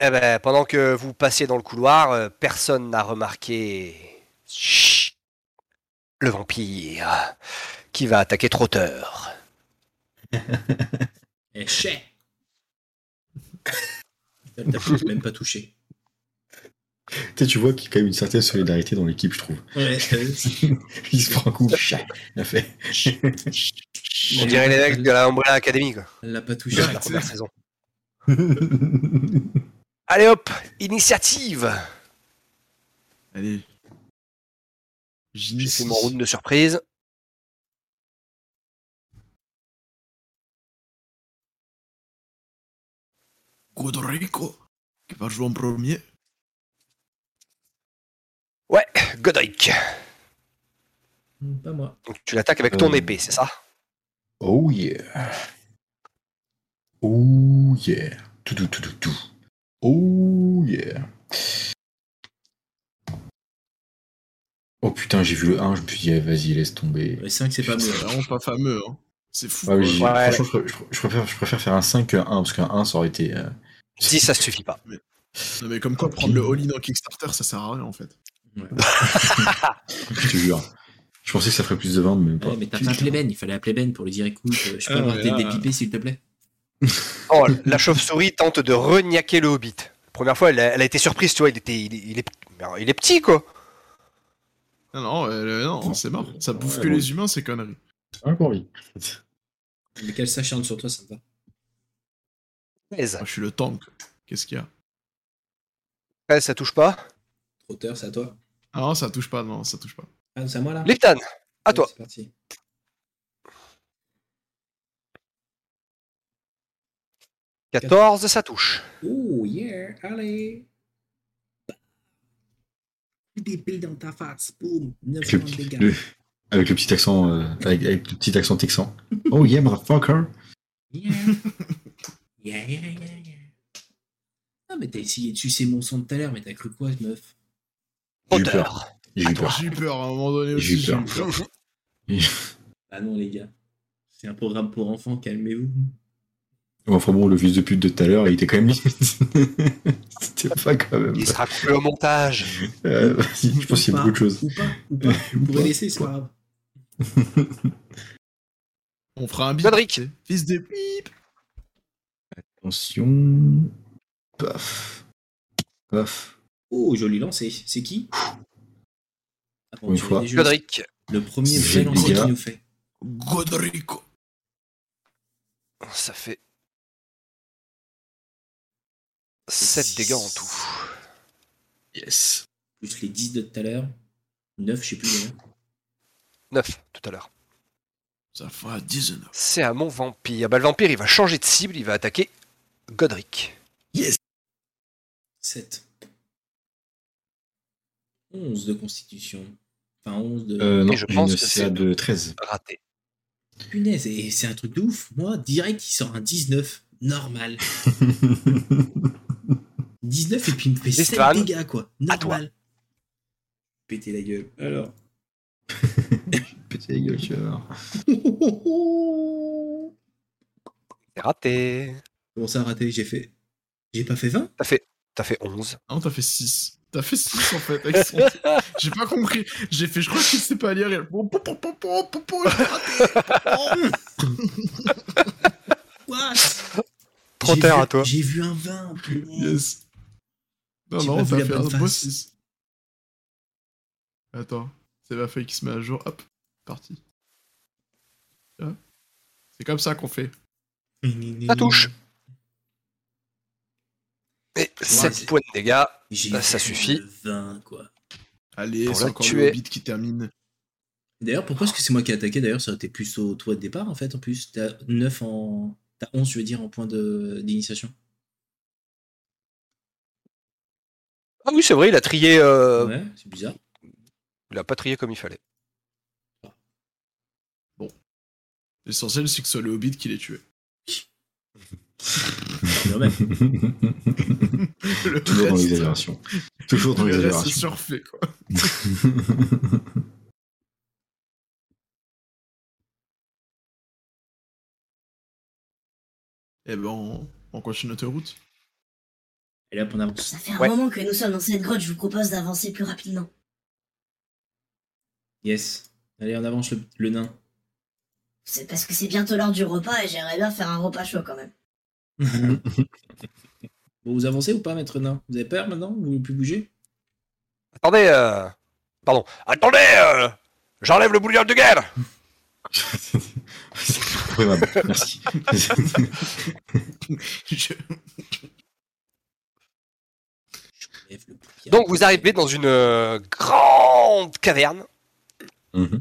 Eh ben, pendant que vous passiez dans le couloir, euh, personne n'a remarqué. Chut Le vampire qui va attaquer Trotter. Eh, chais T'as t'as plus même pas touché. Tu sais, tu vois qu'il y a quand même une certaine solidarité dans l'équipe, je trouve. Ouais, euh, Il se prend un coup, chat, il a fait. On dirait les mecs de la Umbrella Academy, quoi. Elle l'a pas touché. Ouais, la première saison. Allez. Allez hop Initiative J'ai J'initie. fait mon round de surprise. Godorico, qui va jouer en premier. Godric. Hmm, Pas moi. Donc tu l'attaques avec ton Euh. épée, c'est ça Oh yeah. Oh yeah. Tout, tout, tout, tout, tout. Oh yeah. Oh putain, j'ai vu le 1, je me suis dit, eh, vas-y, laisse tomber. Les 5, c'est pas Putain. mieux. Ouais. C'est vraiment pas fameux, hein. C'est fou. Ouais, quoi. mais j'ai- Ouais. franchement, je, pr- je pr- je préfère, je préfère faire un 5 qu'un 1, parce qu'un 1, ça aurait été. euh, Si ça suffit pas. Non, mais comme quoi, prendre le all-in en Kickstarter, ça sert à rien, en fait. je te jure. Je pensais que ça ferait plus de ventes, mais même pas. Ouais, mais t'as pas appelé Ben, il fallait appeler Ben pour lui dire écoute, euh, je peux Ah, avoir ouais, des, là, des là. pipés, s'il te plaît. Oh, la chauve-souris tente de reniaquer le hobbit. Première fois, elle a, elle a été surprise, tu vois, il, était, il, il est, il est petit, quoi. Non, non, euh, non c'est mort. Ça bouffe Ouais, que bon. les humains, ces conneries. Ah, pas envie. Mais qu'elle s'acharne sur toi, ça me va. 13. Moi, Ah, je suis le tank. Qu'est-ce qu'il y a 13, ça touche pas. Trotteur, c'est à toi. Ah non, ça touche pas, non, ça touche pas. Ah, c'est à moi là Liptan, à toi. C'est parti. Quatre- 14, ça touche. Oh yeah, allez Des billes dans ta face, boum, 9 Avec le, secondes de petit- dégâts. le- avec le petit accent, euh, avec, avec le petit accent texan. Oh yeah, motherfucker. Yeah. yeah, yeah, yeah, yeah. Ah, mais t'as essayé de sucer mon son de tout à l'heure, mais t'as cru quoi, meuf J'ai eu Auteur. peur. J'ai eu Attends, peur. J'ai eu peur à un moment donné J'ai aussi. eu J'ai peur. eu peur. Ah non, les gars. C'est un programme pour enfants, calmez-vous. Bon, Enfin bon, le fils de pute de tout à l'heure, il était quand même limite. C'était pas quand même. Il sera coupé au montage. Euh, vas-y, je pense qu'il y a beaucoup de choses. Ou pas, ou pas. Vous Ou pourrez pas. laisser, c'est pas grave. On fera un bip. Godric. tu sais. Fils de bip. Attention. Paf. Paf. Oh, joli lancé. C'est qui Pour une Aventurier fois. des jeux. Godric. Le premier C'est vrai lancé Bigard. qu'il nous fait. Godrico. Ça fait 7 dégâts en tout. Yes. Plus les 10 de tout à l'heure. 9, je sais plus hein. d'ailleurs. 9 tout à l'heure. Ça fera 19. C'est à mon vampire. Bah, le vampire, il va changer de cible, il va attaquer Godric. 7. 11 de constitution. Enfin, 11 de. Euh, non, Et je je pense pense une que CA c'est- de 13. Raté. Punaise, et c'est un truc de ouf. Moi, direct, il sort un 19. Normal. 19 et puis il me fait 7 Stéphane, dégâts, quoi. à toi. Normal. Péter la gueule. Alors. Pété la gueule, tu vas voir. Comment C'est raté. ça raté J'ai fait. J'ai pas fait 20 T'as fait 11. Ah Non, t'as fait 6. T'as fait 6 en fait. avec son- J'ai pas compris. J'ai fait, je crois qu'il sait pas lire. Et... Bon, bon, bon, bon, bon, bon, bon, j'ai raté. Bon. What J'ai Trotteur vu- à toi. J'ai vu un 20. putain. Yes. Non, J'ai non, pas t'as vu la fait bonne un beau face. 6. Attends, c'est ma feuille qui se met à jour. Hop, parti. Hein C'est comme ça qu'on fait. Ça touche. Et 7 c'est- points de dégâts. J'ai Bah, ça vu suffit. le 20, quoi. Allez, Pour c'est la encore le tuer. hobbit qui termine. D'ailleurs, pourquoi est-ce que c'est moi qui ai attaqué D'ailleurs, ça aurait été plus au toit de départ, en fait, en plus. T'as 9 en... T'as 11, je veux dire, en point de- d'initiation. Ah oui, c'est vrai, il a trié. euh, Ouais, c'est bizarre. Il a pas trié comme il fallait. L'essentiel, c'est que ce soit le hobbit qui l'ait tué. Quand même. Le Toujours dans reste- l'exagération. Toujours dans le reste, c'est l'exagération. surfait, quoi. Eh ben, on, on continue notre route. Et là, on avance. Ça fait un Ouais. moment que nous sommes dans cette grotte, je vous propose d'avancer plus rapidement. Yes. Allez, on avance le, le nain. C'est parce que c'est bientôt l'heure du repas et j'aimerais bien faire un repas chaud quand même. Bon, vous avancez ou pas, maître nain Vous avez peur maintenant Vous voulez plus bouger Attendez, euh, pardon, attendez, euh, j'enlève le bouillon de guerre. Ouais, bah, merci. Je- Lève le bouillard. Donc vous arrivez dans une euh, grande caverne Mhm.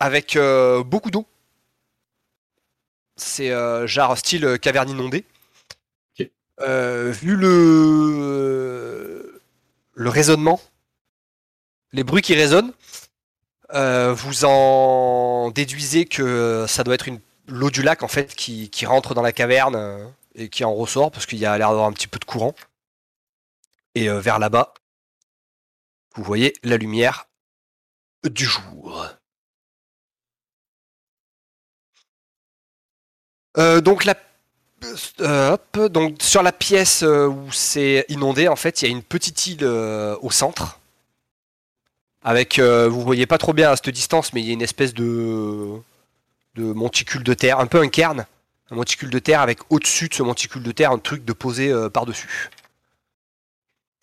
avec euh, beaucoup d'eau. C'est euh, genre style euh, caverne inondée. Ok. Euh, vu le le raisonnement, les bruits qui résonnent, euh, vous en déduisez que ça doit être une l'eau du lac en fait qui, qui rentre dans la caverne euh, et qui en ressort parce qu'il y a l'air d'avoir un petit peu de courant. Et euh, vers là-bas, vous voyez la lumière du jour. Euh, donc la euh, hop, donc sur la pièce euh, où c'est inondé, en fait, il y a une petite île euh, au centre. Avec, euh, vous voyez pas trop bien à cette distance, mais il y a une espèce de de monticule de terre, un peu un cairn, un monticule de terre avec au-dessus de ce monticule de terre un truc de posé euh, par-dessus.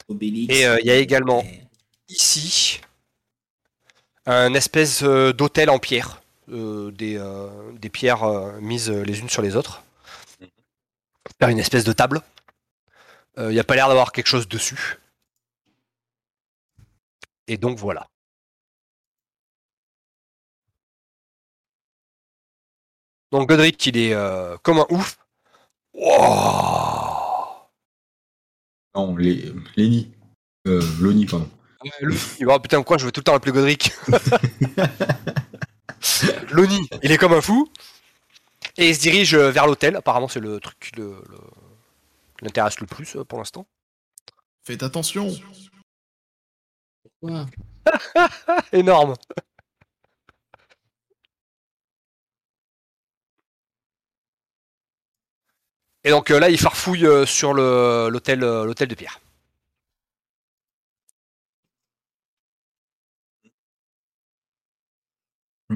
Obélix. Et, euh, il y a également- Ouais. ici un espèce euh, d'hôtel en pierre, euh, des, euh, des pierres euh, mises euh, les unes sur les autres. Faire une espèce de table. Il n'y a pas l'air d'avoir quelque chose dessus. Et donc voilà. Donc Godric, il est euh, comme un ouf. Wouah Non, les... Lenny. Euh, Loni, pardon. Oh putain, quoi, je veux tout le temps l'appeler Godric. Loni, il est comme un fou. Et il se dirige euh, vers l'hôtel. Apparemment, c'est le truc qui le- le- l'intéresse le, plus euh, pour l'instant. Faites attention. Pourquoi Énorme. Et donc euh, là, il farfouille euh, sur le- l'hôtel euh, l'hôtel de pierre.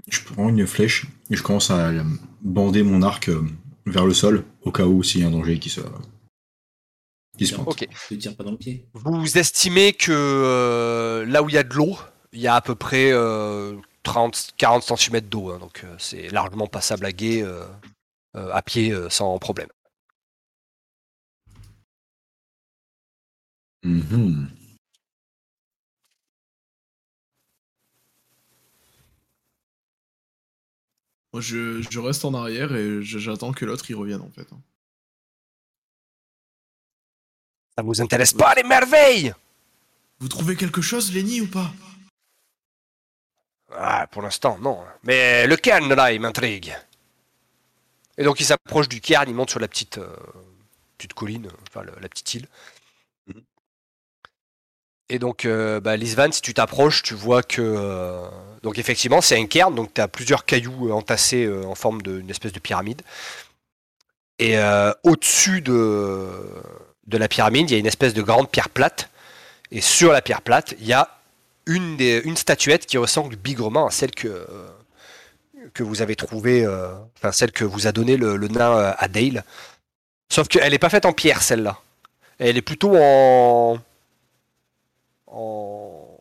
Je prends une flèche et je commence à euh, bander mon arc euh, vers le sol, au cas où s'il y a un danger qui se... qui se pointe. Ok. Je te tire pas dans le pied. Vous estimez que euh, là où il y a de l'eau, il y a à peu près euh, 30-40 cm d'eau. hein, donc euh, c'est largement passable à gué euh, euh, à pied euh, sans problème. Mhm. Moi, je, je reste en arrière et je- j'attends que l'autre y revienne en fait. Ça vous intéresse pas les merveilles Vous trouvez quelque chose, Lenny, ou pas Ah, Pour l'instant, non. Mais le cairn, là, il m'intrigue. Et donc il s'approche du cairn, il monte sur la petite, euh, petite colline, euh, enfin le- la petite île. Mhm. Et donc, euh, bah, Lisvan, si tu t'approches, tu vois que. euh, donc, effectivement, c'est un cairn, donc tu as plusieurs cailloux euh, entassés euh, en forme d'une espèce de pyramide. Et euh, au-dessus de, de la pyramide, il y a une espèce de grande pierre plate. Et sur la pierre plate, il y a une, des, une statuette qui ressemble bigrement à celle que, euh, que vous avez trouvée, euh, enfin celle que vous a donnée le, le nain euh, à Dale. Sauf qu'elle n'est pas faite en pierre, celle-là. Elle est plutôt en. en.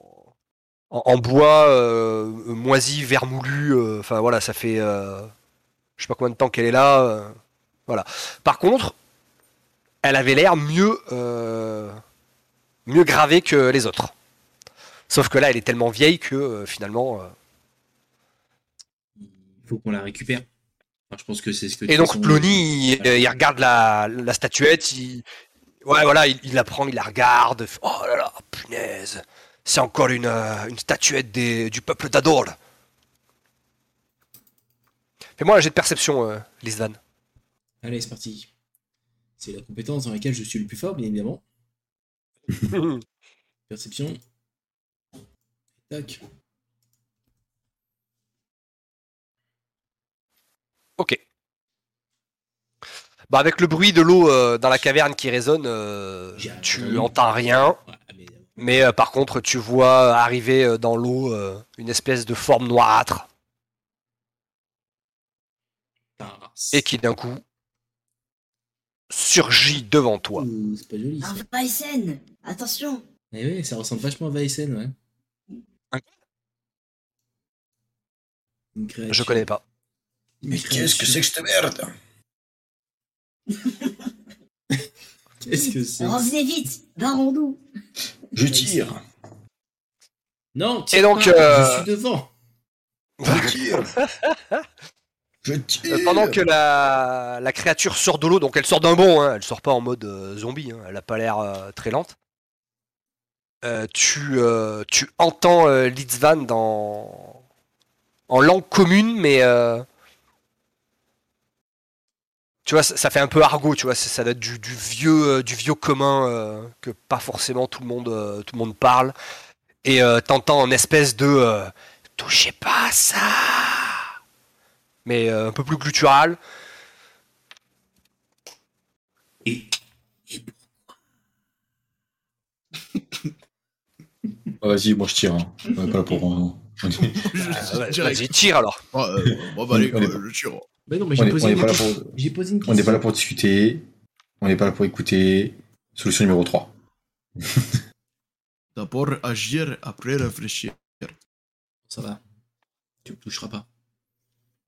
en, en bois euh, moisi, vermoulu. euh, Enfin voilà, ça fait. euh, je sais pas combien de temps qu'elle est là. euh, voilà. Par contre, elle avait l'air mieux. euh, mieux gravée que les autres. Sauf que là, elle est tellement vieille que euh, finalement. euh, Il faut qu'on la récupère. Enfin, je pense que c'est ce que. de Et toute donc, façon, Plony, il, euh, il regarde la, la statuette, il... Ouais, voilà, il, il la prend, il la regarde. Oh là là, punaise, c'est encore une, euh, une statuette des- du peuple d'Adol. Fais-moi un jet de perception, euh, Lisvan. Allez, c'est parti. C'est la compétence dans laquelle je suis le plus fort, bien évidemment. Perception. Tac. ok. Bah, avec le bruit de l'eau euh, dans la caverne qui résonne, euh, J'ai un tu bruit. entends rien. Ouais, mais, euh, Mais euh, par contre, tu vois arriver euh, dans l'eau euh, une espèce de forme noirâtre putain, et qui d'un coup surgit devant toi. Ouh, C'est pas joli. Ça. Un Weissen Attention Mais oui, ça ressemble vachement à Weissen, ouais. Un- Une créature- Je connais pas. une Mais qu'est-ce que c'est que cette merde Qu'est-ce que c'est Revenez vite Barrons-nous Je tire. Non, Et donc, tiens, euh, je suis devant. Je tire. Je tire. Euh, pendant que la, la créature sort de l'eau, donc elle sort d'un bond, hein, elle sort pas en mode euh, zombie, hein, elle a pas l'air euh, très lente. Euh, tu, euh, tu entends euh, Litzvan dans... en langue commune, mais euh, tu vois, ça, ça fait un peu argot, tu vois, ça, ça doit être du, du vieux, euh, du vieux commun euh, que pas forcément tout le monde, euh, tout le monde parle. Et euh, t'entends en espèce de euh, touchez pas à ça mais euh, un peu plus guttural. Et Ah, Vas-y, moi je tire. hein. On est pas là pour. On, on est, Je- Ouais, direct. Ah, Vas-y, tire alors. Ah, euh, bon, bah, allez, On est- quoi, je tire. Mais Bah non, mais on j'ai est- on posé, est une pas là question. pour, J'ai posé une question. on est pas là pour discuter. On n'est pas là pour écouter. Solution numéro 3. D'abord agir, après réfléchir. Ça va. Tu me toucheras pas.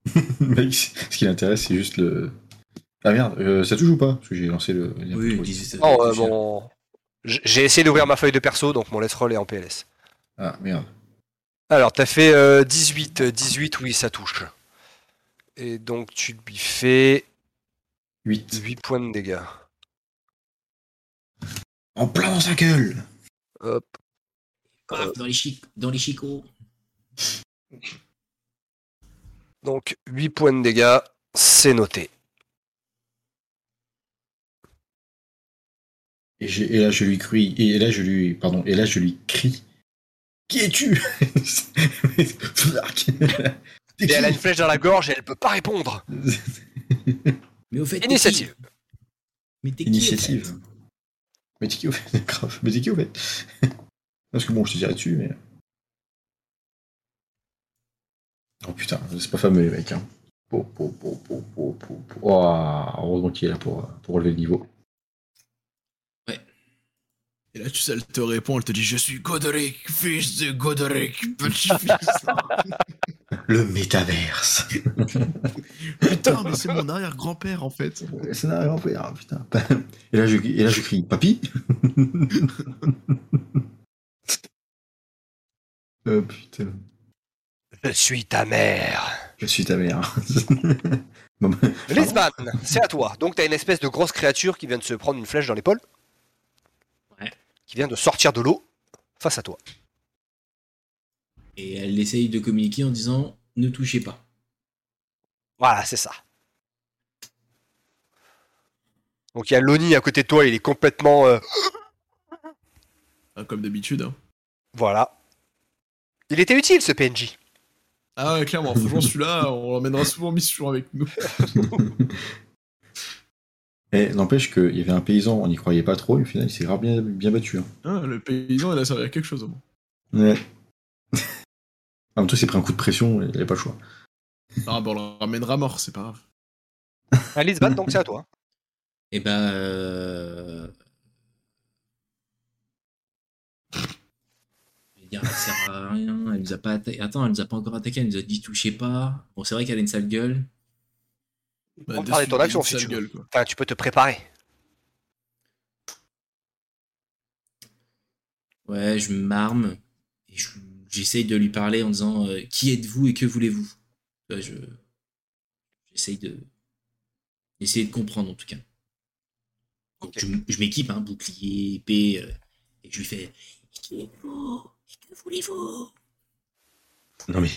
Mec, ce qui l'intéresse, c'est juste le. Ah merde, euh, ça touche ou pas Parce que j'ai lancé le. Oui, 18 Non, euh, bon, j- J'ai essayé d'ouvrir ma feuille de perso, donc mon let's roll est en PLS. Ah merde. Alors, t'as fait euh, 18. euh, 18, oui, ça touche. Et donc, tu lui fais 8. 8 points de dégâts. En plein dans sa gueule Paf, euh, dans les chic, dans les chicots. Donc, 8 points de dégâts, c'est noté. et, j'ai- et là, je lui crie. Et là, je lui. Pardon. Et là, je lui crie. Qui es-tu Flark. T'es Et qui elle a une flèche dans la gorge et elle peut pas répondre. Mais au fait, t'es qui Initiative. Mais t'es qui, au Initiative. fait Mais t'es qui au fait Grave. Mais t'es qui au fait Parce que bon, je te dirais dessus, mais. Oh putain, c'est pas fameux les mecs. Hein. Po, po, po, po, po, po, po. Ouah, Oh, heureusement qu'il est là pour, euh, pour relever le niveau. Et là, tu sais, elle te répond, elle te dit Je suis Goderic, fils de Goderic, petit fils. Le métaverse. Putain, mais c'est mon arrière-grand-père en fait. Ça n'a rien fait, ah, putain. Et là, je, et là, je crie Papy Oh putain. Je suis ta mère. Je suis ta mère. Bon, bah, Lisbon, c'est à toi. Donc, t'as une espèce de grosse créature qui vient de se prendre une flèche dans l'épaule. Ouais. Qui vient de sortir de l'eau face à toi. Et elle essaye de communiquer en disant ne touchez pas. Voilà, c'est ça. Donc il y a Lonnie à côté de toi, il est complètement... euh, Ah, comme d'habitude. Hein. voilà. Il était utile ce PNJ. Ah ouais, clairement, franchement, celui-là, on l'emmènera souvent en mission avec nous. Eh, n'empêche qu'il y avait un paysan, on n'y croyait pas trop, et au final, il s'est grave bien, bien battu. hein. Ah, le paysan, il a servi à quelque chose au moins. Ouais. en même temps, il s'est pris un coup de pression, il n'avait pas le choix. Ah, bah, on le ramènera mort, c'est pas grave. Ah, Lisbon, donc c'est à toi. Et ben. euh, Je veux dire, elle sert à rien. Elle nous a pas atta- Attends, elle nous a pas encore attaqué. Elle nous a dit touchez pas. Bon, c'est vrai qu'elle a une sale gueule. Bah, On parlait de ton dessus, action, une si sale tu veux. gueule, quoi. Enfin, tu peux te préparer. Ouais, je m'arme et je- j'essaye de lui parler en disant euh, qui êtes-vous et que voulez-vous? Tu vois, je j'essaye de essayer de comprendre en tout cas. Donc, Ok. je, m- je m'équipe hein, bouclier, épée euh, et je lui fais Et qui êtes-vous et que voulez-vous? Non mais.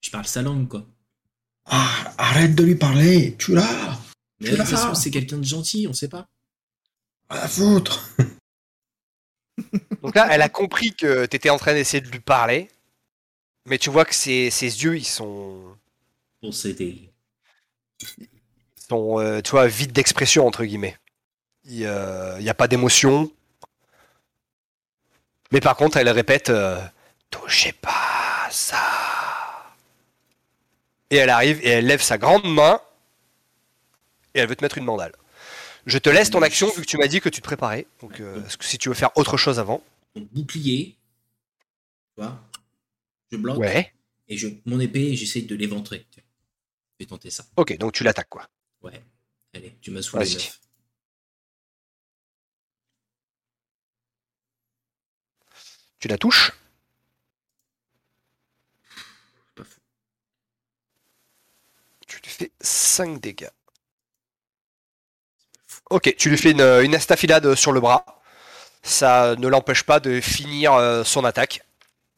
Je parle sa langue quoi. Ah, arrête de lui parler, tu l'as Mais C'est de toute ça. façon, c'est quelqu'un de gentil, on sait pas. À la foutre Donc là, elle a compris que t'étais en train d'essayer de lui parler. Mais tu vois que ses, ses yeux, ils sont... Bon, c'était sont, euh, tu vois, vides d'expression, entre guillemets. Il n'y a pas d'émotion. Mais par contre, elle répète euh, Touchez pas ça Et elle arrive et elle lève sa grande main et elle veut te mettre une mandale. Je te laisse ton action vu que tu m'as dit que tu te préparais. Donc, euh, est-ce que si tu veux faire autre chose avant. Donc, bouclier. Tu vois Je bloque. Ouais. Et je, mon épée, j'essaye de l'éventrer. tu vois. Je vais tenter ça. Ok, donc tu l'attaques, quoi. Ouais. Allez, tu m'as saoulé. Vas-y. meuf. Tu la touches. Pas fou. Tu lui fais 5 dégâts. Ok, tu lui fais une, une astafilade sur le bras. Ça ne l'empêche pas de finir euh, son attaque.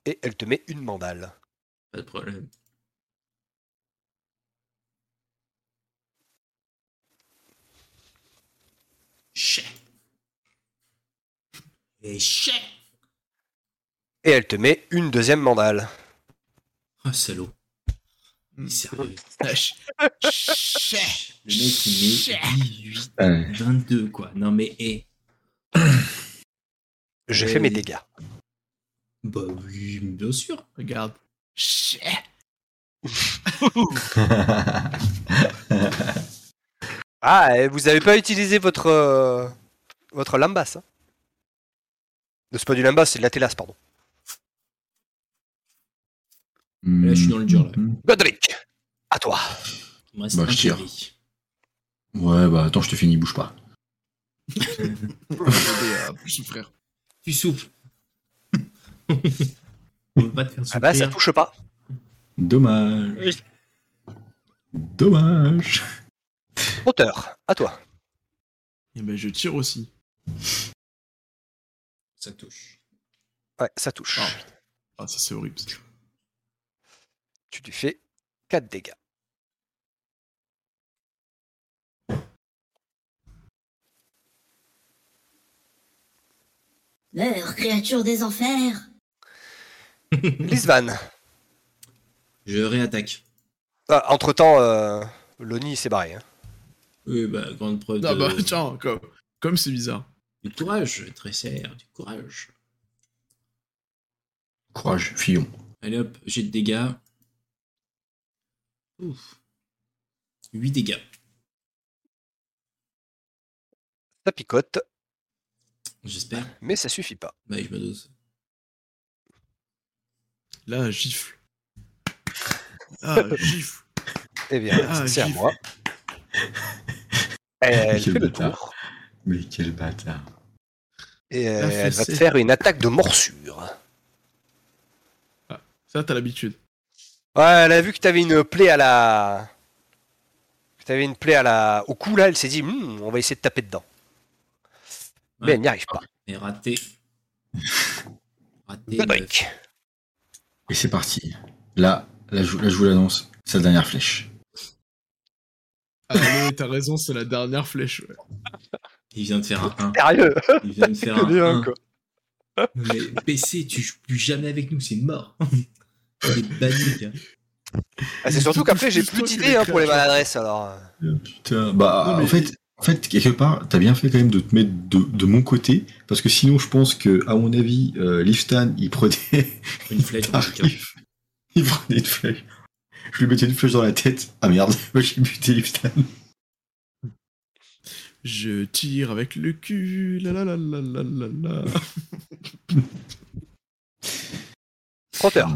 Et elle te met une mandale. Pas de problème. Chais. Et chais. Et elle te met une deuxième mandale. Oh, salaud. Il est sérieux. Chais. Mm. Le mec, il Chais. met 18, Ouais. 22, quoi. Non, mais, eh, hé. J'ai Eh fait mes oui. dégâts. Bah oui, bien sûr. Regarde. Chais. Ah, et vous avez pas utilisé votre. euh, votre lambas. Hein Non, c'est pas du lambas, c'est de la télas, pardon. Là, je suis dans le dur, là. Godric, à toi. Il me reste Bah, un je tire. PV. Ouais, bah attends, je te finis, bouge pas. Petit frère. Tu souffles. On peut pas te faire Ah bah, ça souffrir. touche pas. Dommage. Dommage. Auteur, à toi. Et ben je tire aussi. Ça touche. Ouais, ça touche. Ah. Ah ça c'est horrible. ça. Tu lui fais 4 dégâts. Meurs, créature des enfers Lisvan. Je réattaque. Ah, Entre-temps, euh, Loni s'est barré. hein. Oui, bah, grande preuve Ah de... bah tiens, comme comme c'est bizarre. du courage, très serre, du courage. Courage, Fillon. Allez hop, j'ai de dégâts. Ouf. 8 dégâts. Ça picote, J'espère. mais ça suffit pas. Bah, je me dose. Là gifle. Ah gifle. Eh bien, Ah, c'est à gif. moi. Elle Quel fait le bâtard. tour. Mais quel bâtard. Et euh, La elle va te fessée. faire une attaque de morsure. Ça t'as l'habitude. Ouais, elle a vu que t'avais une plaie à la. Que t'avais une plaie à la. Au cou, là, elle s'est dit, Hmm, on va essayer de taper dedans. Mais Ouais. elle n'y arrive pas. Mais raté. Raté. meuf. Godric. Et c'est parti. Là, là, je, là, je vous l'annonce. Sa dernière flèche. Allez Ah, t'as raison c'est la dernière flèche. ouais. Il vient de faire un Sérieux, 1. Il vient de faire un bien, 1. quoi. Mais PC, tu joues plus jamais avec nous, c'est mort. Il est hein. banni, gars. Ah, C'est surtout qu'après, j'ai plus Toi, tu d'idées hein, l'as pour les créé, maladresses, alors. euh. Putain, bah Non, mais- en fait, en fait quelque part, t'as bien fait quand même de te mettre de, de mon côté, parce que sinon, je pense que à mon avis, euh, Liftan, il prenait, Une flèche en Ah, tout cas. oui. il prenait une flèche. Je lui mettais une flèche dans la tête. Ah merde, moi j'ai buté Liftan. Je tire avec le cul. La la la la la la la. Ah, Trotteur.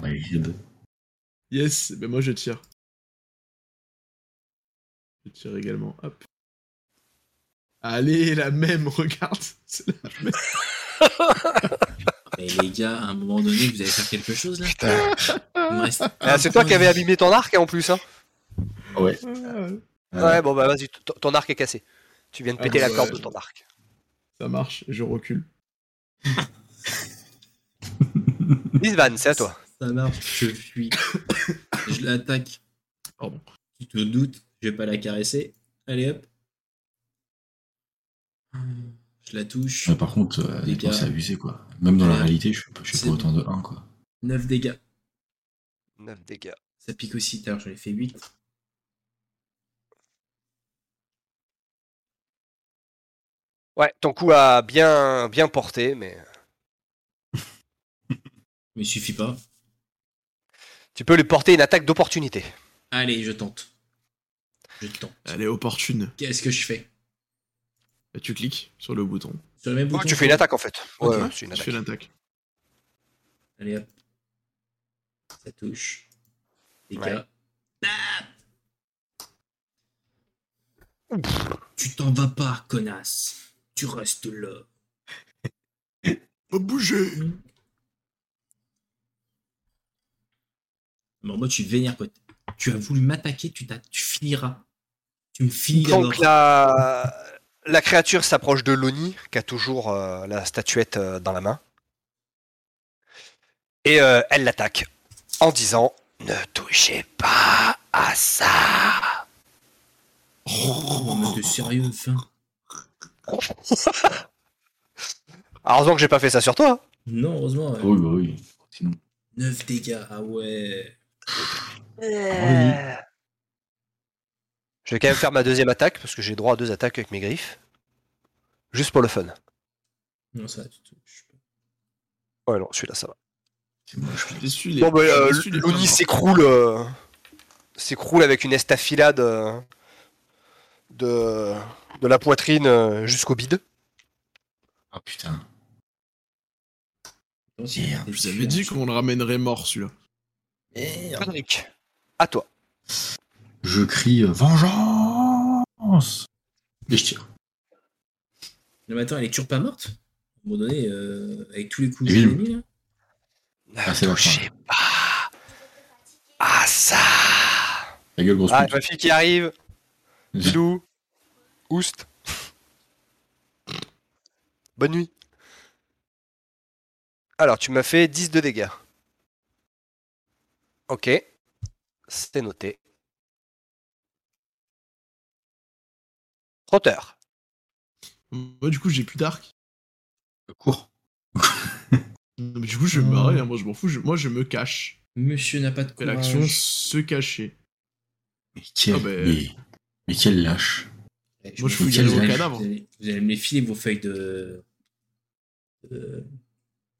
Yes, mais moi je tire. Je tire également, hop. Allez, la même, regarde. C'est la même. Mais les gars, à un moment donné, vous allez faire quelque chose là Putain. Il me reste Ah, un C'est toi point qui avais de- abîmé ton arc, hein, en plus. Hein. Ouais. Ah, Ouais. Ouais, bon, bah vas-y, t- ton arc est cassé. Tu viens de Ah, péter la ouais. corde de ton arc. ça marche, je recule. Lisvan, c'est à toi. Ça marche, je fuis. je l'attaque. Pardon. Tu te doutes, je vais pas la caresser. Allez hop. Je la touche. Ouais, par contre, euh, Les des fois, gars. c'est abusé quoi. Même dans la Ouais. réalité, je fais pas, je fais C'est pas autant de 1 quoi. 9 dégâts. 9 dégâts. Ça pique aussi, tard, j'en ai fait 8. Ouais, ton coup a bien, bien porté, mais Mais il suffit pas. tu peux lui porter une attaque d'opportunité. Allez, je tente. Je tente. Elle est opportune. Qu'est-ce que je fais Et tu cliques sur le bouton. Sur le même bouton Oh, tu fais une attaque en fait. Ok, Ouais, ouais, c'est une Je attaque. fais l'attaque. Allez hop. Ça touche. Dégâts. Ouais. Ah tu t'en vas pas, connasse. Tu restes là. Pas bouger Mais en mode, je suis vénère, quoi. Tu as voulu m'attaquer, tu, t'as- tu finiras. Tu me finis d'abord. Donc la, la créature s'approche de Loni, qui a toujours euh, la statuette euh, dans la main. Et euh, elle l'attaque en disant Ne touchez pas à ça Oh, mais t'es sérieux, enfin Alors, Heureusement que j'ai pas fait ça sur toi. hein. Non, heureusement. ouais. Oui, bah oui. Sinon. 9 dégâts, ah ouais. Je vais quand même faire ma deuxième attaque, parce que j'ai droit à deux attaques avec mes griffes. Juste pour le fun. Non, ça, tu touches. Ouais, non, celui-là, ça va. C'est moche. Je suis déçu, les. Bon, bah, euh, je suis déçu, les Loni gars. s'écroule euh, s'écroule avec une estafilade euh, de, de la poitrine euh, jusqu'au bide. Ah putain. Non, c'est- Merde, hein. Je vous avais dit qu'on le ramènerait mort celui-là. merde. Patrick, à toi. Je crie euh, vengeance et je tire. Non, mais attends, elle est toujours pas morte À un moment donné, euh, avec tous les coups Ville. que j'ai mis, là. Ah, c'est vachement. Touchez pas à ça La gueule grosse Ah, pute. ma fille qui arrive Bilou Oust Bonne nuit Alors, tu m'as fait 10 de dégâts. Ok. C'était noté. Trotteur. Moi, du coup, j'ai plus d'arc. Cours. Mais du coup, je vais me barrer, hein, moi, je m'en fous. je- Moi, je me cache. Monsieur n'a pas de Fais l'action Ah. courage. se cacher. Mais quel, Ah, ben. mais, mais quel lâche. Ouais, Moi, je Eh, me fouille dis, les vous allez- cadavres. Vous allez, vous allez me les filer, vos feuilles de. de-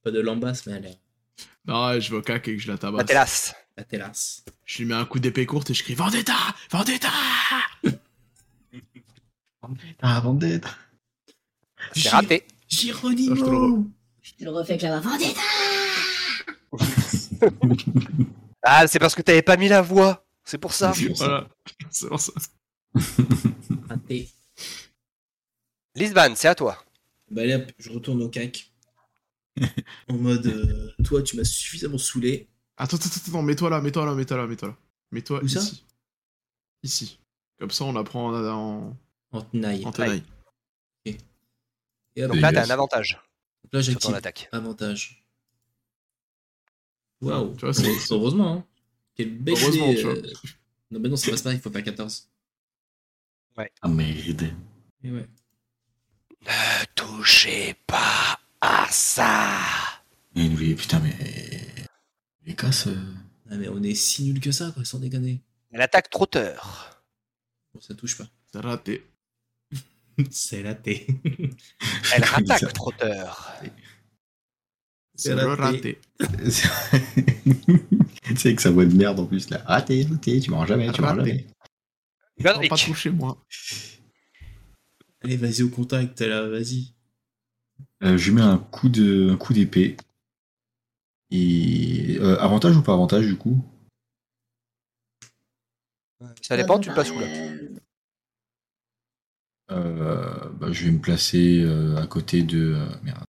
Pas de lambasse, mais allez, Ah, ouais, je vais au cac et que je la La tabasse. Télas. la terrasse. Je lui mets un coup d'épée courte et je crie Vendetta Vendetta Ah, vendette. C'est raté. Ah, je te le Gironimo re- Tu le refais avec la main. Vendetta Ah, c'est parce que t'avais pas mis la voix. C'est pour ça. Voilà. C'est pour ça. Raté. Lisbane, c'est à toi. Bah, allez, hop, je retourne au cac. en mode, euh, toi, tu m'as suffisamment saoulé. Attends, attends, attends, attends, mets-toi là, mets-toi là, mets-toi là, mets-toi là. Mets-toi Où ça ici. Ici. Comme ça, on apprend en, en, En tenaille. en tenaille. Et hop, Donc Oui, là, t'as yes. un avantage là, sur ton j'active attaque. avantage. Waouh. Tu vois, c'est- Heure- Heureusement, hein. Quelle belle Heureusement, idée, tu vois. euh. Non, mais non, ça passe pas, il faut pas 14. Ah, merde. Eh Mais ouais. Ne touchez pas à ça. Et oui, putain, mais. Les casse. euh. Ah, mais on est si nul que ça, quoi, sans déconner. Elle attaque trotteur. Bon, ça touche pas. T'as raté. C'est la T. Elle Comme ça. attaque trotteur. C'est raté. le raté. tu sais, avec sa voix de merde en plus, là. Raté, raté, tu m'auras jamais, tu m'auras Raté. jamais. Non, pas Patrick, touché, moi. Allez, vas-y au contact, là, vas-y. Euh, je lui mets un coup de, un coup d'épée. Et euh, avantage ou pas avantage du coup ça dépend, tu le passes où là Euh, Euh, bah, Je vais me placer euh, à côté de euh, merde.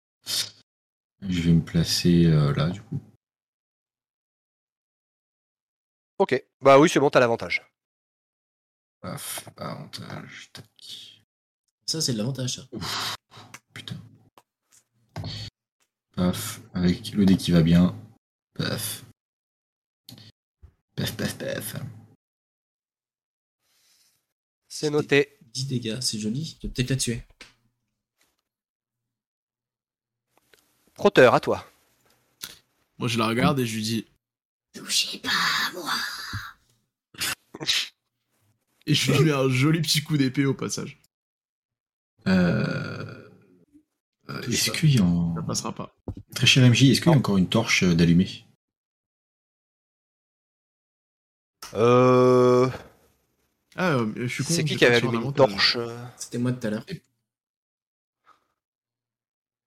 Je vais me placer euh, là du coup. Ok. Bah oui, c'est bon, t'as l'avantage. Paf, avantage. Tac. Ça, c'est de l'avantage, ça. Putain. Paf, avec le dé qui va bien. Paf. Paf, paf, paf. C'est noté. 10 dégâts, c'est joli. Tu vas peut-être la tuer. Trotteur, à toi. Moi, je la regarde et je lui dis. Touchez pas à moi Et je lui mets un joli petit coup d'épée au passage. Euh, Est-ce ça, qu'il y a en- ça passera pas. Très cher MJ, est-ce qu'il y a encore une torche euh, d'allumée Euh, Ah, euh, je suis con. c'est qui j'ai qui pas avait sur allumé une l'inventaire. torche euh C'était moi tout à l'heure.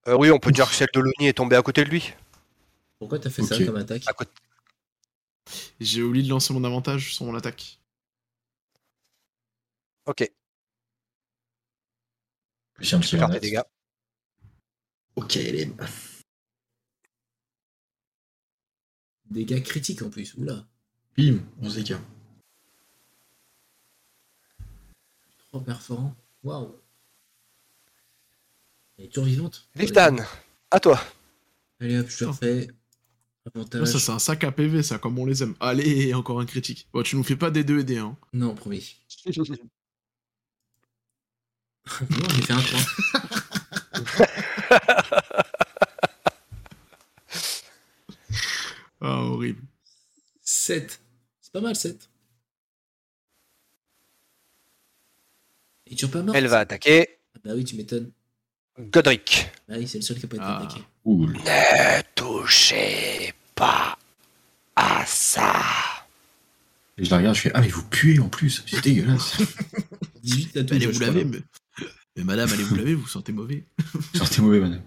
Euh, Oui, on peut dire que celle de Lonnie est tombée à côté de lui. Pourquoi t'as fait Ok. ça comme attaque À côté- J'ai oublié de lancer mon avantage sur mon attaque. Ok, Plus un tu peux faire tes dégâts. Ok, Hélène. Dégâts critiques en plus. Oula. Bim, 11 dégâts. Trop perforant. Waouh. Elle est toujours vivante. Liftan, à toi. Allez hop, je te refais. Avantage. Là, ça, c'est un sac à PV, ça, comme on les aime. Allez, encore un critique. Bon, tu nous fais pas des 2 et des 1. Non, promis. non, j'ai fait un 3. Ah, horrible. 7. C'est pas mal, 7. Et tu pas mort Elle va attaquer Ah bah oui, tu m'étonnes. Godric. Bah oui, c'est le seul qui a pas été Ah. attaqué. Cool. Ne touchez pas à ça. Et je la regarde, je fais Ah, mais vous puez en plus, c'est dégueulasse. 18 à tout. allez je vous crois. laver, mais... mais madame, allez vous laver, vous vous sentez mauvais. Sortez mauvais, madame.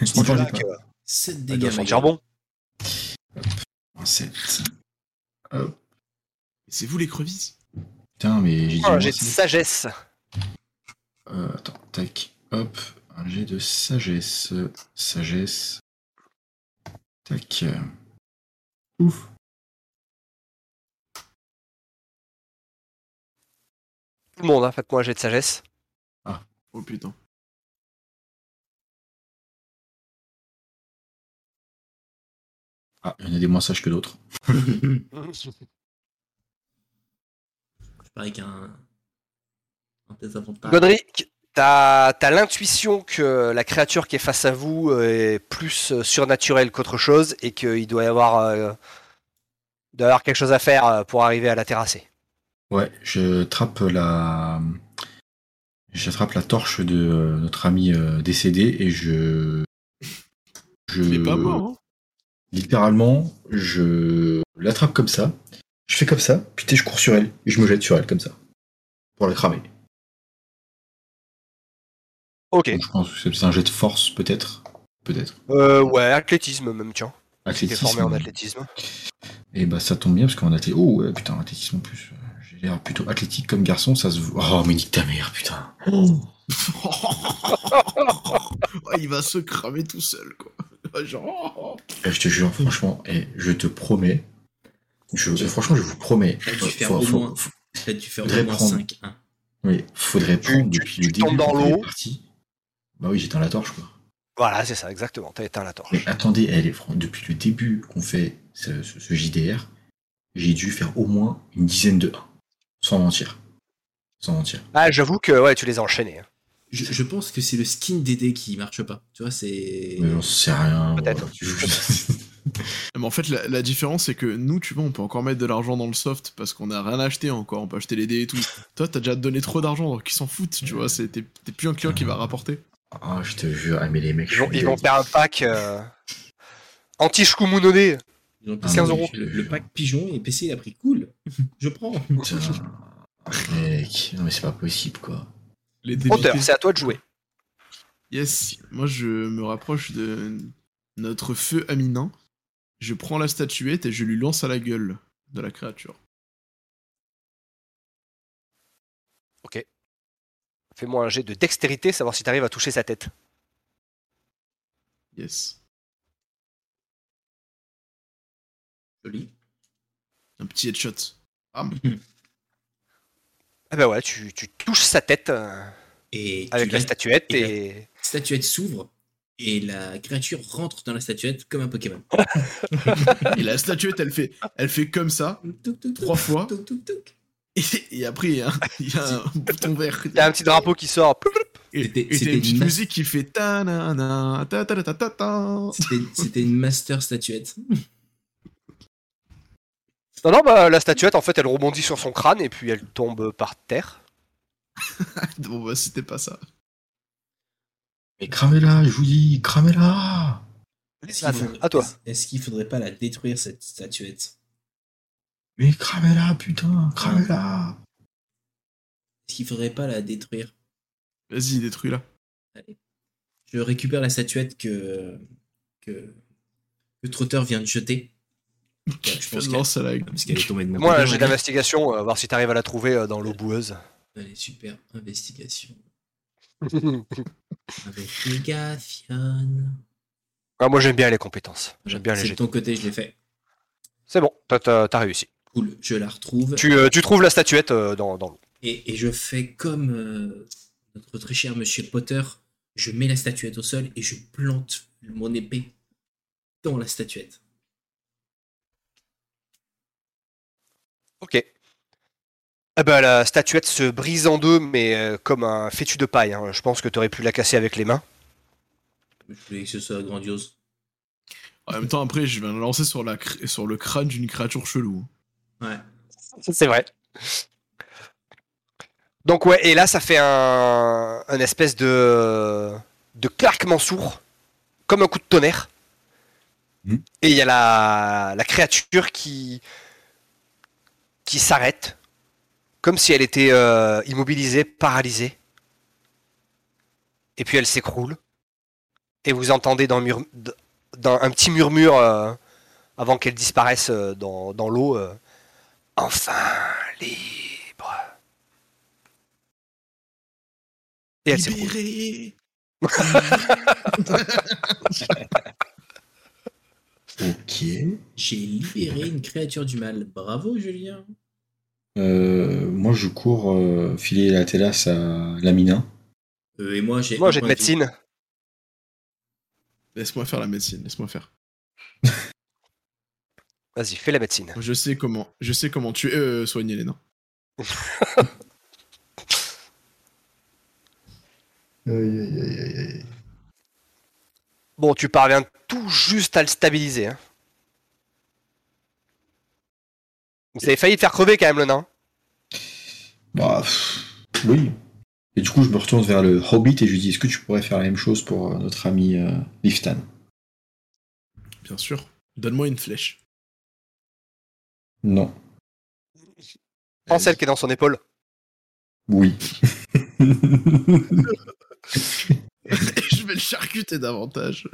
C'est Vous mangez là pas. que- 7 Elle dégâts. doit ma sentir gueule. bon. Un 7. C'est vous les crevisses Putain, mais j'ai dit. moins Oh, J'ai de sept. sagesse. Euh, attends, tac, hop, un jet de sagesse, euh, sagesse, tac, euh, ouf. Tout le monde, hein, faites-moi un jet de sagesse. Oh putain. Ah, il y en a des moins sages que d'autres. Je parie qu'un. Un désavantage. Godric, t'as t'as l'intuition que la créature qui est face à vous euh, est plus euh, surnaturelle qu'autre chose et qu'il doit y avoir, euh, il doit y avoir quelque chose à faire euh, pour arriver à la terrasser. Ouais, je trappe la, j'attrape la torche de euh, notre ami euh, décédé et je, Euh, je, Il est pas mort, hein littéralement, je l'attrape comme ça, je fais comme ça, puis t'es, je cours sur elle et je me jette sur elle comme ça pour la cramer. Ok. Donc, je pense que c'est- c'est un jet de force peut-être, peut-être. Euh, ouais, athlétisme même, tiens. T'es Athlétisme. formé en athlétisme. Et bah ça tombe bien parce qu'on a été. Oh ouais, putain, athlétisme en plus. euh, J'ai l'air plutôt athlétique comme garçon, ça se voit. Oh mais nique ta mère, putain. Ouais, Oh. il va se cramer tout seul, quoi. Genre. oh, oh. Eh, Je te jure, franchement, et je te promets. Je, franchement, je vous promets. T'as dû faire Faut- au faut- moins. faut- T'as dû faire Faudrait au moins prendre. 5. hein. oui, faudrait Tu- prendre tu- depuis tu le début. tombes dans quand elle est l'eau. partie. Bah oui, j'éteins la torche quoi. Voilà, c'est ça, exactement. T'as éteint la torche. Mais attendez, elle est fran- depuis le début qu'on fait ce, ce- ce JDR, j'ai dû faire au moins une dizaine de 1. Sans mentir. Sans mentir. Ah, j'avoue que ouais, tu les as enchaînés. hein. Je, je pense que c'est le skin DD qui marche pas. Tu vois, c'est. Mais j'en sais rien. Peut-être. voilà, tu joues- Mais en fait, la, la différence, c'est que nous, tu vois, on peut encore mettre de l'argent dans le soft parce qu'on a rien acheté encore. On peut acheter les dés et tout. Toi, t'as déjà donné trop d'argent, donc ils s'en foutent, tu vois. c'est- T'es t'es plus un client qui va rapporter. Ah, je te jure, ah, mais les mecs, Ils vont, je suis ils vont dead. faire un pack euh, anti-shkumunone. Ils ont 15 Ah, euros. Le, le pack pigeon et PC il a pris cool. Je prends. Putain, Ah, mec, non mais c'est pas possible quoi. Les dés Auteur, vitesse. c'est à toi de jouer. Yes, moi je me rapproche de notre feu aminin. Je prends la statuette et je lui lance à la gueule de la créature. Fais-moi un jet de dextérité, savoir si t'arrives à toucher sa tête. Yes. Joli. Un petit headshot. Ah bah ouais, tu, tu touches sa tête euh, Et tu avec la la statuette et et... statuette s'ouvre et la créature rentre dans la statuette comme un Pokémon. Et la statuette, elle fait, elle fait comme ça Touk, touk, trois touk, fois. touk, touk, touk. Et, et après, il y a un, il y a un bouton vert. Il y a un petit drapeau qui sort. Ploup, ploup. Et, C'était- et t'as c'était une petite une- musique qui fait ta na na ta ta ta ta ta. C'était- C'était une master statuette. Non, non, bah la statuette, en fait, elle rebondit sur son crâne et puis elle tombe par terre. Bon bah c'était pas ça. Mais cramez-la, je vous dis, cramez-la Est-ce qu'il faudrait- à Ah, toi. Est-ce qu'il faudrait pas la détruire, cette statuette Mais cramez-la, putain, cramez-la Est-ce qu'il faudrait pas la détruire Vas-y, détruis-la. Je récupère la statuette que, que le trotteur vient de jeter. Je pense qu'elle- Lance à la... parce qu'elle est tombée de mon Moi, côté. j'ai d'investigation, euh, voir si t'arrives à la trouver euh, dans l'eau boueuse. Allez, super, investigation. Investigation. Ah, moi, j'aime bien les compétences. J'aime bien les C'est de jets. ton côté, je l'ai fait. C'est bon, t'as- t'as t'as réussi. Cool, je la retrouve. Tu, euh, tu trouves la statuette euh, dans, dans l'eau. Et, et je fais comme euh, notre très cher monsieur Potter, je mets la statuette au sol et je plante mon épée dans la statuette. Ok. Eh ben, la statuette se brise en deux, mais euh, comme un fétu de paille. hein. Je pense que t'aurais pu la casser avec les mains. Je voulais que ce soit grandiose. En même temps, après, je vais la lancer sur, la cr- sur le crâne d'une créature chelou. Ouais. C'est vrai. Donc ouais, et là, ça fait un, un espèce de, de claquement sourd, comme un coup de tonnerre. Mhm. Et il y a la, la créature qui, qui s'arrête, comme si elle était euh, immobilisée, paralysée. Et puis elle s'écroule. Et vous entendez dans, le mur- d- dans un petit murmure, euh, avant qu'elle disparaisse euh, dans, dans l'eau, euh, Enfin libre. Et elle s'écroule. Libéré Ok. J'ai libéré une créature du mal. Bravo, Julien. Euh, moi, je cours euh, filer la télasse à Lamina. Euh, et moi, j'ai. Moi un j'ai de point vie. médecine. Laisse-moi faire la médecine, laisse-moi faire. Vas-y, fais la médecine. Je sais comment, je sais comment tu euh, soigner les nains. Bon, tu parviens tout juste à le stabiliser. hein. Vous avez failli te faire crever quand même le nain. Bah, pff, oui. Et du coup, je me retourne vers le Hobbit et je lui dis, est-ce que tu pourrais faire la même chose pour euh, notre ami euh, Liftan Bien sûr. Donne-moi une flèche. Non. Prends celle qui est dans son épaule. Oui. je vais le charcuter davantage.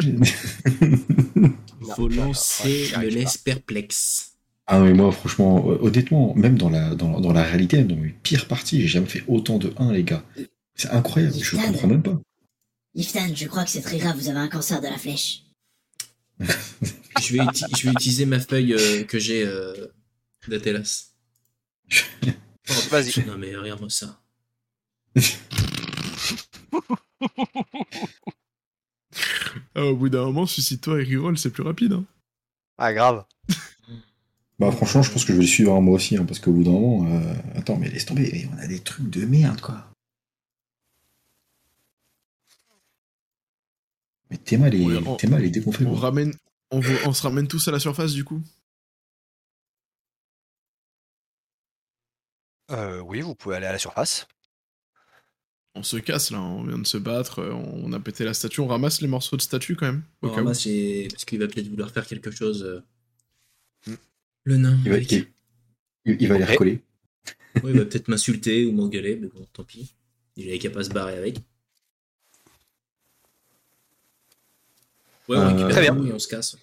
Faut lancer j'y me arrive laisse perplexe. ah mais moi, franchement, euh, honnêtement, même dans la, dans, dans la réalité, dans mes pires parties, j'ai jamais fait autant de 1, les gars. C'est incroyable, je comprends même pas. Iftan, je crois que c'est très grave, vous avez un cancer de la flèche. Je vais, uti- je vais utiliser ma feuille euh, que j'ai euh, d'Atelas. Vas-y. Non, mais regarde-moi ça. Ah, au bout d'un moment, suicide-toi et reroll, c'est plus rapide. hein. Ah grave. Bah franchement, je pense que je vais le suivre hein, moi aussi, hein, parce qu'au bout d'un moment, euh, attends, mais laisse tomber, mais on a des trucs de merde, quoi. Mais Théma, les, Oui, on- Théma, les déconfait. On quoi. ramène, on, vo- on se ramène tous à la surface du coup. Euh, oui, vous pouvez aller à la surface. On se casse là, on vient de se battre, euh, on a pété la statue, on ramasse les morceaux de statue quand même. Au On cas où. ramasse les- Parce qu'il va peut-être vouloir faire quelque chose. euh. Hmm. Le nain. Il va, avec- il, il va les Ok. recoller. Ouais, il va peut-être m'insulter ou m'engueuler, mais bon, tant pis. Il est qu'à pas se barrer avec. Ouais, on Euh, récupère Très bien. tout et on se casse.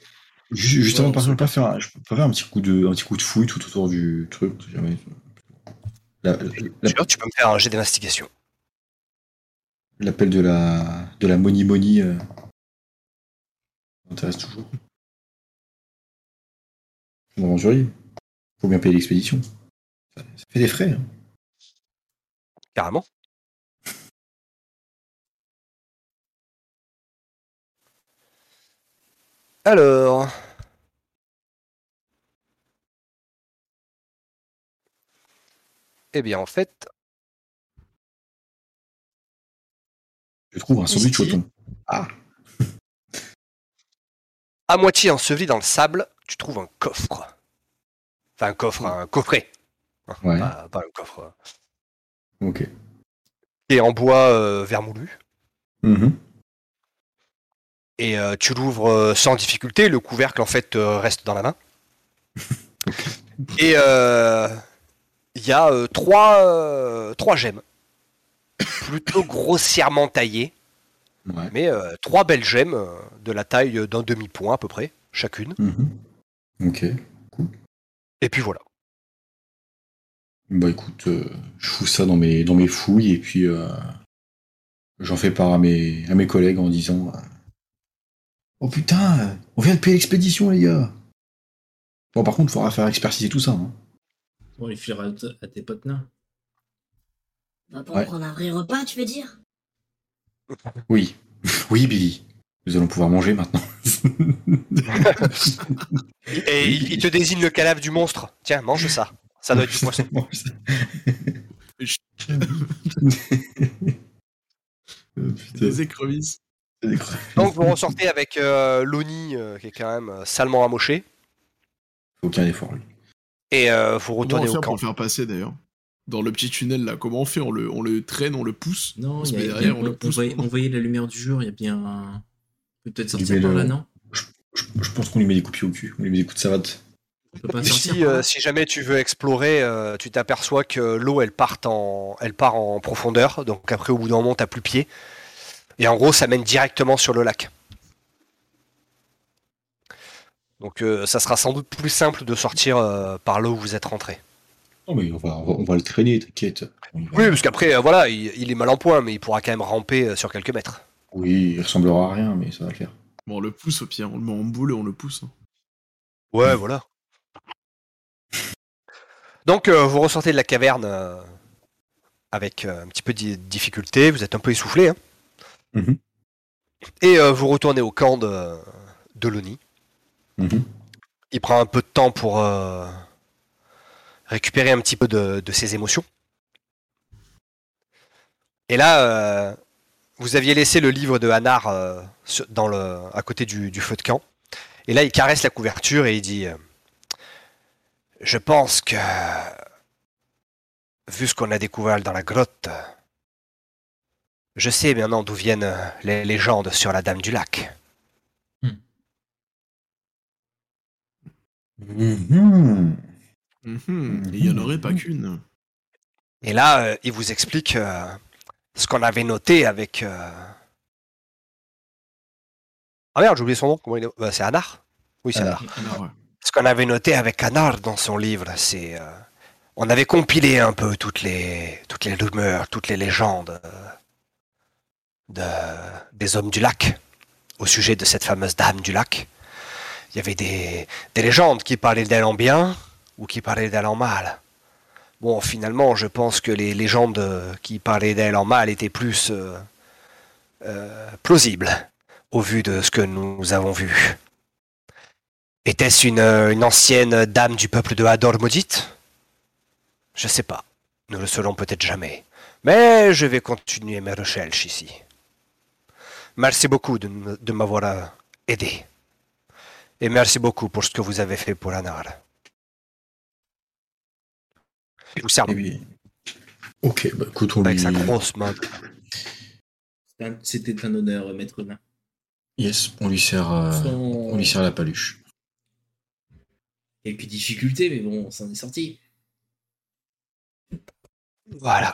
Ju- Juste avant, Ouais, par on exemple, je peux faire, un- je peux pas faire un petit coup de, un petit coup de fouille tout autour du truc. si jamais- La- la- la- Jure, tu peux me faire un jet d'investigation. L'appel de la, de la Moni Moni euh, m'intéresse toujours. Je m'aventurier. Faut bien payer l'expédition. Ça, ça fait des frais. hein. Carrément. Alors. Eh bien, en fait, Je trouve un sandwich au Esti. thon. Ah, à moitié enseveli dans le sable, tu trouves un coffre. Enfin, un coffre, un coffret. Hein, Ouais. Pas, pas un coffre. hein. Ok. Et en bois euh, vermoulu. Mhm. et euh, tu l'ouvres euh, sans difficulté. Le couvercle en fait euh, reste dans la main. et euh, il y a euh, trois euh, trois gemmes, plutôt grossièrement taillées, Ouais. mais euh, trois belles gemmes euh, de la taille d'un demi point à peu près chacune. Mhm. Ok. Et puis voilà. Bah écoute, euh, je fous ça dans mes, dans mes fouilles et puis euh, j'en fais part à mes, à mes collègues en disant euh, Oh putain, euh, on vient de payer l'expédition, les gars Bon, par contre, il faudra faire expertiser tout ça. hein. Bon, les filera à t- à tes potes nains. On va pas Ouais. prendre un vrai repas, tu veux dire Oui, oui, Billy, nous allons pouvoir manger maintenant. Et il, il te désigne le cadavre du monstre. Tiens, mange ça. Ça doit être du poisson. Oh, Euh, putain, Des écrevisses. c'est des creux. Donc vous ressortez avec euh, Loni euh, qui est quand même euh, salement amoché Aucun effort, lui. et euh, vous Comment on retournez fait au pour camp. le faire passer d'ailleurs Dans le petit tunnel là, comment on fait on le, on le traîne, on le pousse Non, On se il y met a- derrière, on, on le on pousse. voyait, on voyait la lumière du jour, il y a bien un... on peut Peut-être Il sortir met par le- là, non Je, je pense qu'on lui met des coups de pied au cul, on lui met des coups de savate. On peut pas Et sortir Si, par euh, là si jamais tu veux explorer, euh, tu t'aperçois que l'eau elle part en, elle part en profondeur. Donc après au bout d'un moment t'as plus pied. Et en gros ça mène directement sur le lac. Donc euh, ça sera sans doute plus simple de sortir euh, par là où vous êtes rentré. Non, mais on va, on va, on va le traîner, t'inquiète. On y va. Oui parce qu'après euh, voilà il, il est mal en point mais il pourra quand même ramper euh, sur quelques mètres. Oui, il ressemblera à rien, mais ça va le faire. Bon, on le pousse au pire, on le met en boule et on le pousse. hein. Ouais, voilà. Donc, euh, vous ressortez de la caverne euh, avec euh, un petit peu de difficulté, vous êtes un peu essoufflé. hein. Mhm. Et euh, vous retournez au camp de, euh, de Loni. Mhm. Il prend un peu de temps pour euh, récupérer un petit peu de, de ses émotions. Et là, euh, vous aviez laissé le livre de Hanar euh, sur- dans le, à côté du, du feu de camp. Et là, il caresse la couverture et il dit euh, Je pense que, vu ce qu'on a découvert dans la grotte, je sais maintenant d'où viennent les légendes sur la Dame du Lac. Mhm. Mhm, Et il y en aurait pas qu'une. Et là, euh, il vous explique euh, ce qu'on avait noté avec. euh, Ah merde, j'ai oublié son nom. Comment il est Bah, C'est Anar Oui, c'est Anar. Anar. Alors, ouais. Ce qu'on avait noté avec Anar dans son livre, c'est. euh, on avait compilé un peu toutes les, toutes les rumeurs, toutes les légendes euh, de- des hommes du lac au sujet de cette fameuse dame du lac. Il y avait des, des légendes qui parlaient d'elle en bien ou qui parlaient d'elle en mal. Bon, finalement, je pense que les légendes euh, qui parlaient d'elle en mal étaient plus euh, euh, plausibles au vu de ce que nous avons vu. Était-ce une, euh, une ancienne dame du peuple de Hador maudite Je sais pas. Nous le saurons peut-être jamais. Mais je vais continuer mes recherches ici. Merci beaucoup de, m- de m'avoir euh, aidé. Et merci beaucoup pour ce que vous avez fait pour Anar. Il vous serre Eh bien. Ok, bah écoute, on lui... avec sa grosse main. C'était un- C'était un honneur, euh, maître nain. Yes, on lui sert, euh, Sans- on lui sert la paluche. Quelques difficultés, mais bon, on s'en est sorti. Voilà.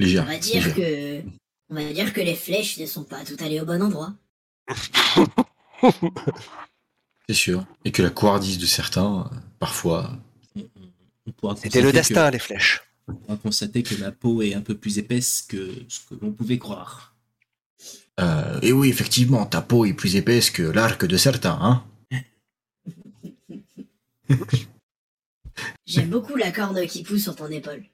On Légère. va dire légère. que. On va dire que les flèches ne sont pas toutes allées au bon endroit. C'est sûr. Et que la couardise de certains, euh, parfois. On- on- on pourra C'était le constater que- destin, les flèches. on pourra constater que ma peau est un peu plus épaisse que ce que l'on pouvait croire. euh, et oui, effectivement, ta peau est plus épaisse que l'arc de certains, hein. J'aime beaucoup la corne qui pousse sur ton épaule.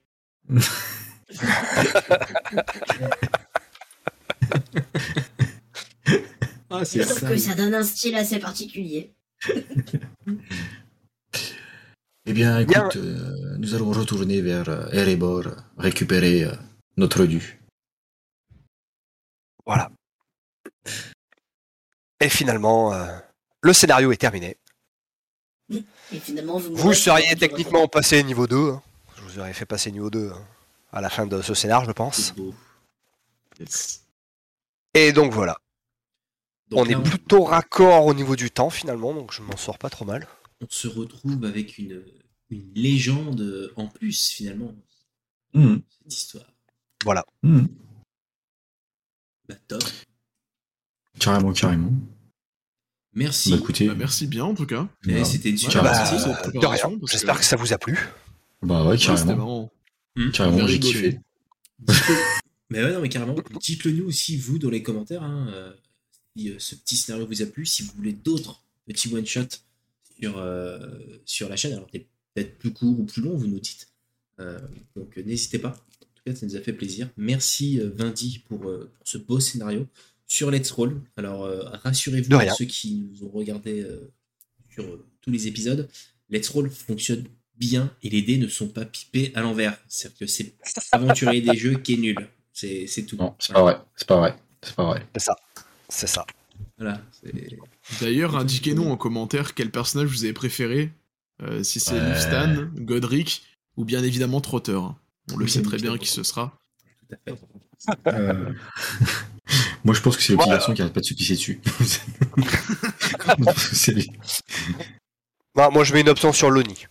Ah, c'est Sauf ça. que ça donne un style assez particulier. Eh Bien. bien, écoute, euh, nous allons retourner vers euh, Erebor, euh, récupérer euh, notre dû. Voilà. Et finalement, euh, le scénario est terminé. Et finalement, vous. Vous seriez techniquement passé niveau 2. hein. Je vous aurais fait passer niveau 2 hein, à la fin de ce scénar, je pense. C'est beau. Yes. Et donc voilà. Donc on là, est plutôt raccord au niveau du temps finalement, donc je m'en sors pas trop mal. on se retrouve avec une, une légende en plus, finalement, Mhm. cette histoire. Mhm. Bah, top. Carrément, carrément. Merci. Bah écoutez, Bah, merci bien en tout cas. Eh, bah, C'était une super Bah, partie. cette de préparation, rien. parce J'espère que ça vous a plu. bah ouais, Ouais, c'était carrément. marrant. Carrément, j'ai Bien rigolé. kiffé. Dites-le- mais ouais, non, mais carrément, dites-le nous aussi, vous, dans les commentaires, hein, euh, si euh, ce petit scénario vous a plu, si vous voulez d'autres petits one-shots sur, euh, sur la chaîne, alors des- peut-être plus court ou plus long, vous nous dites. Euh, donc euh, n'hésitez pas. En tout cas, ça nous a fait plaisir. Merci euh, Vindy pour, euh, pour ce beau scénario sur Let's Roll. Alors euh, rassurez-vous, De rien. ceux qui nous ont regardé euh, sur euh, tous les épisodes, Let's Roll fonctionne bien et les dés ne sont pas pipés à l'envers. C'est-à-dire que c'est aventurier des jeux qui est nul. C'est c'est tout. Non, c'est pas vrai. C'est pas vrai. C'est pas vrai. C'est ça. Voilà. c'est- D'ailleurs, indiquez-nous en commentaire quel personnage vous avez préféré. euh, si c'est Ouais. Lufstan, Godric ou bien évidemment Trotter. hein. On le Oui, sait très évidemment. bien qui ce sera. Tout à fait. Euh, Moi, je pense que c'est le petit Voilà. garçon qui arrête pas de se pisser dessus. c'est lui. Bah, moi je mets une option sur Loni.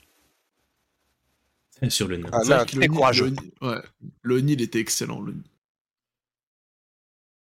Sur le nom. Un C'est vrai nain que très Lonnie- Ah, courageux. Lonnie- ouais, Lonnie, il était excellent. Lonnie.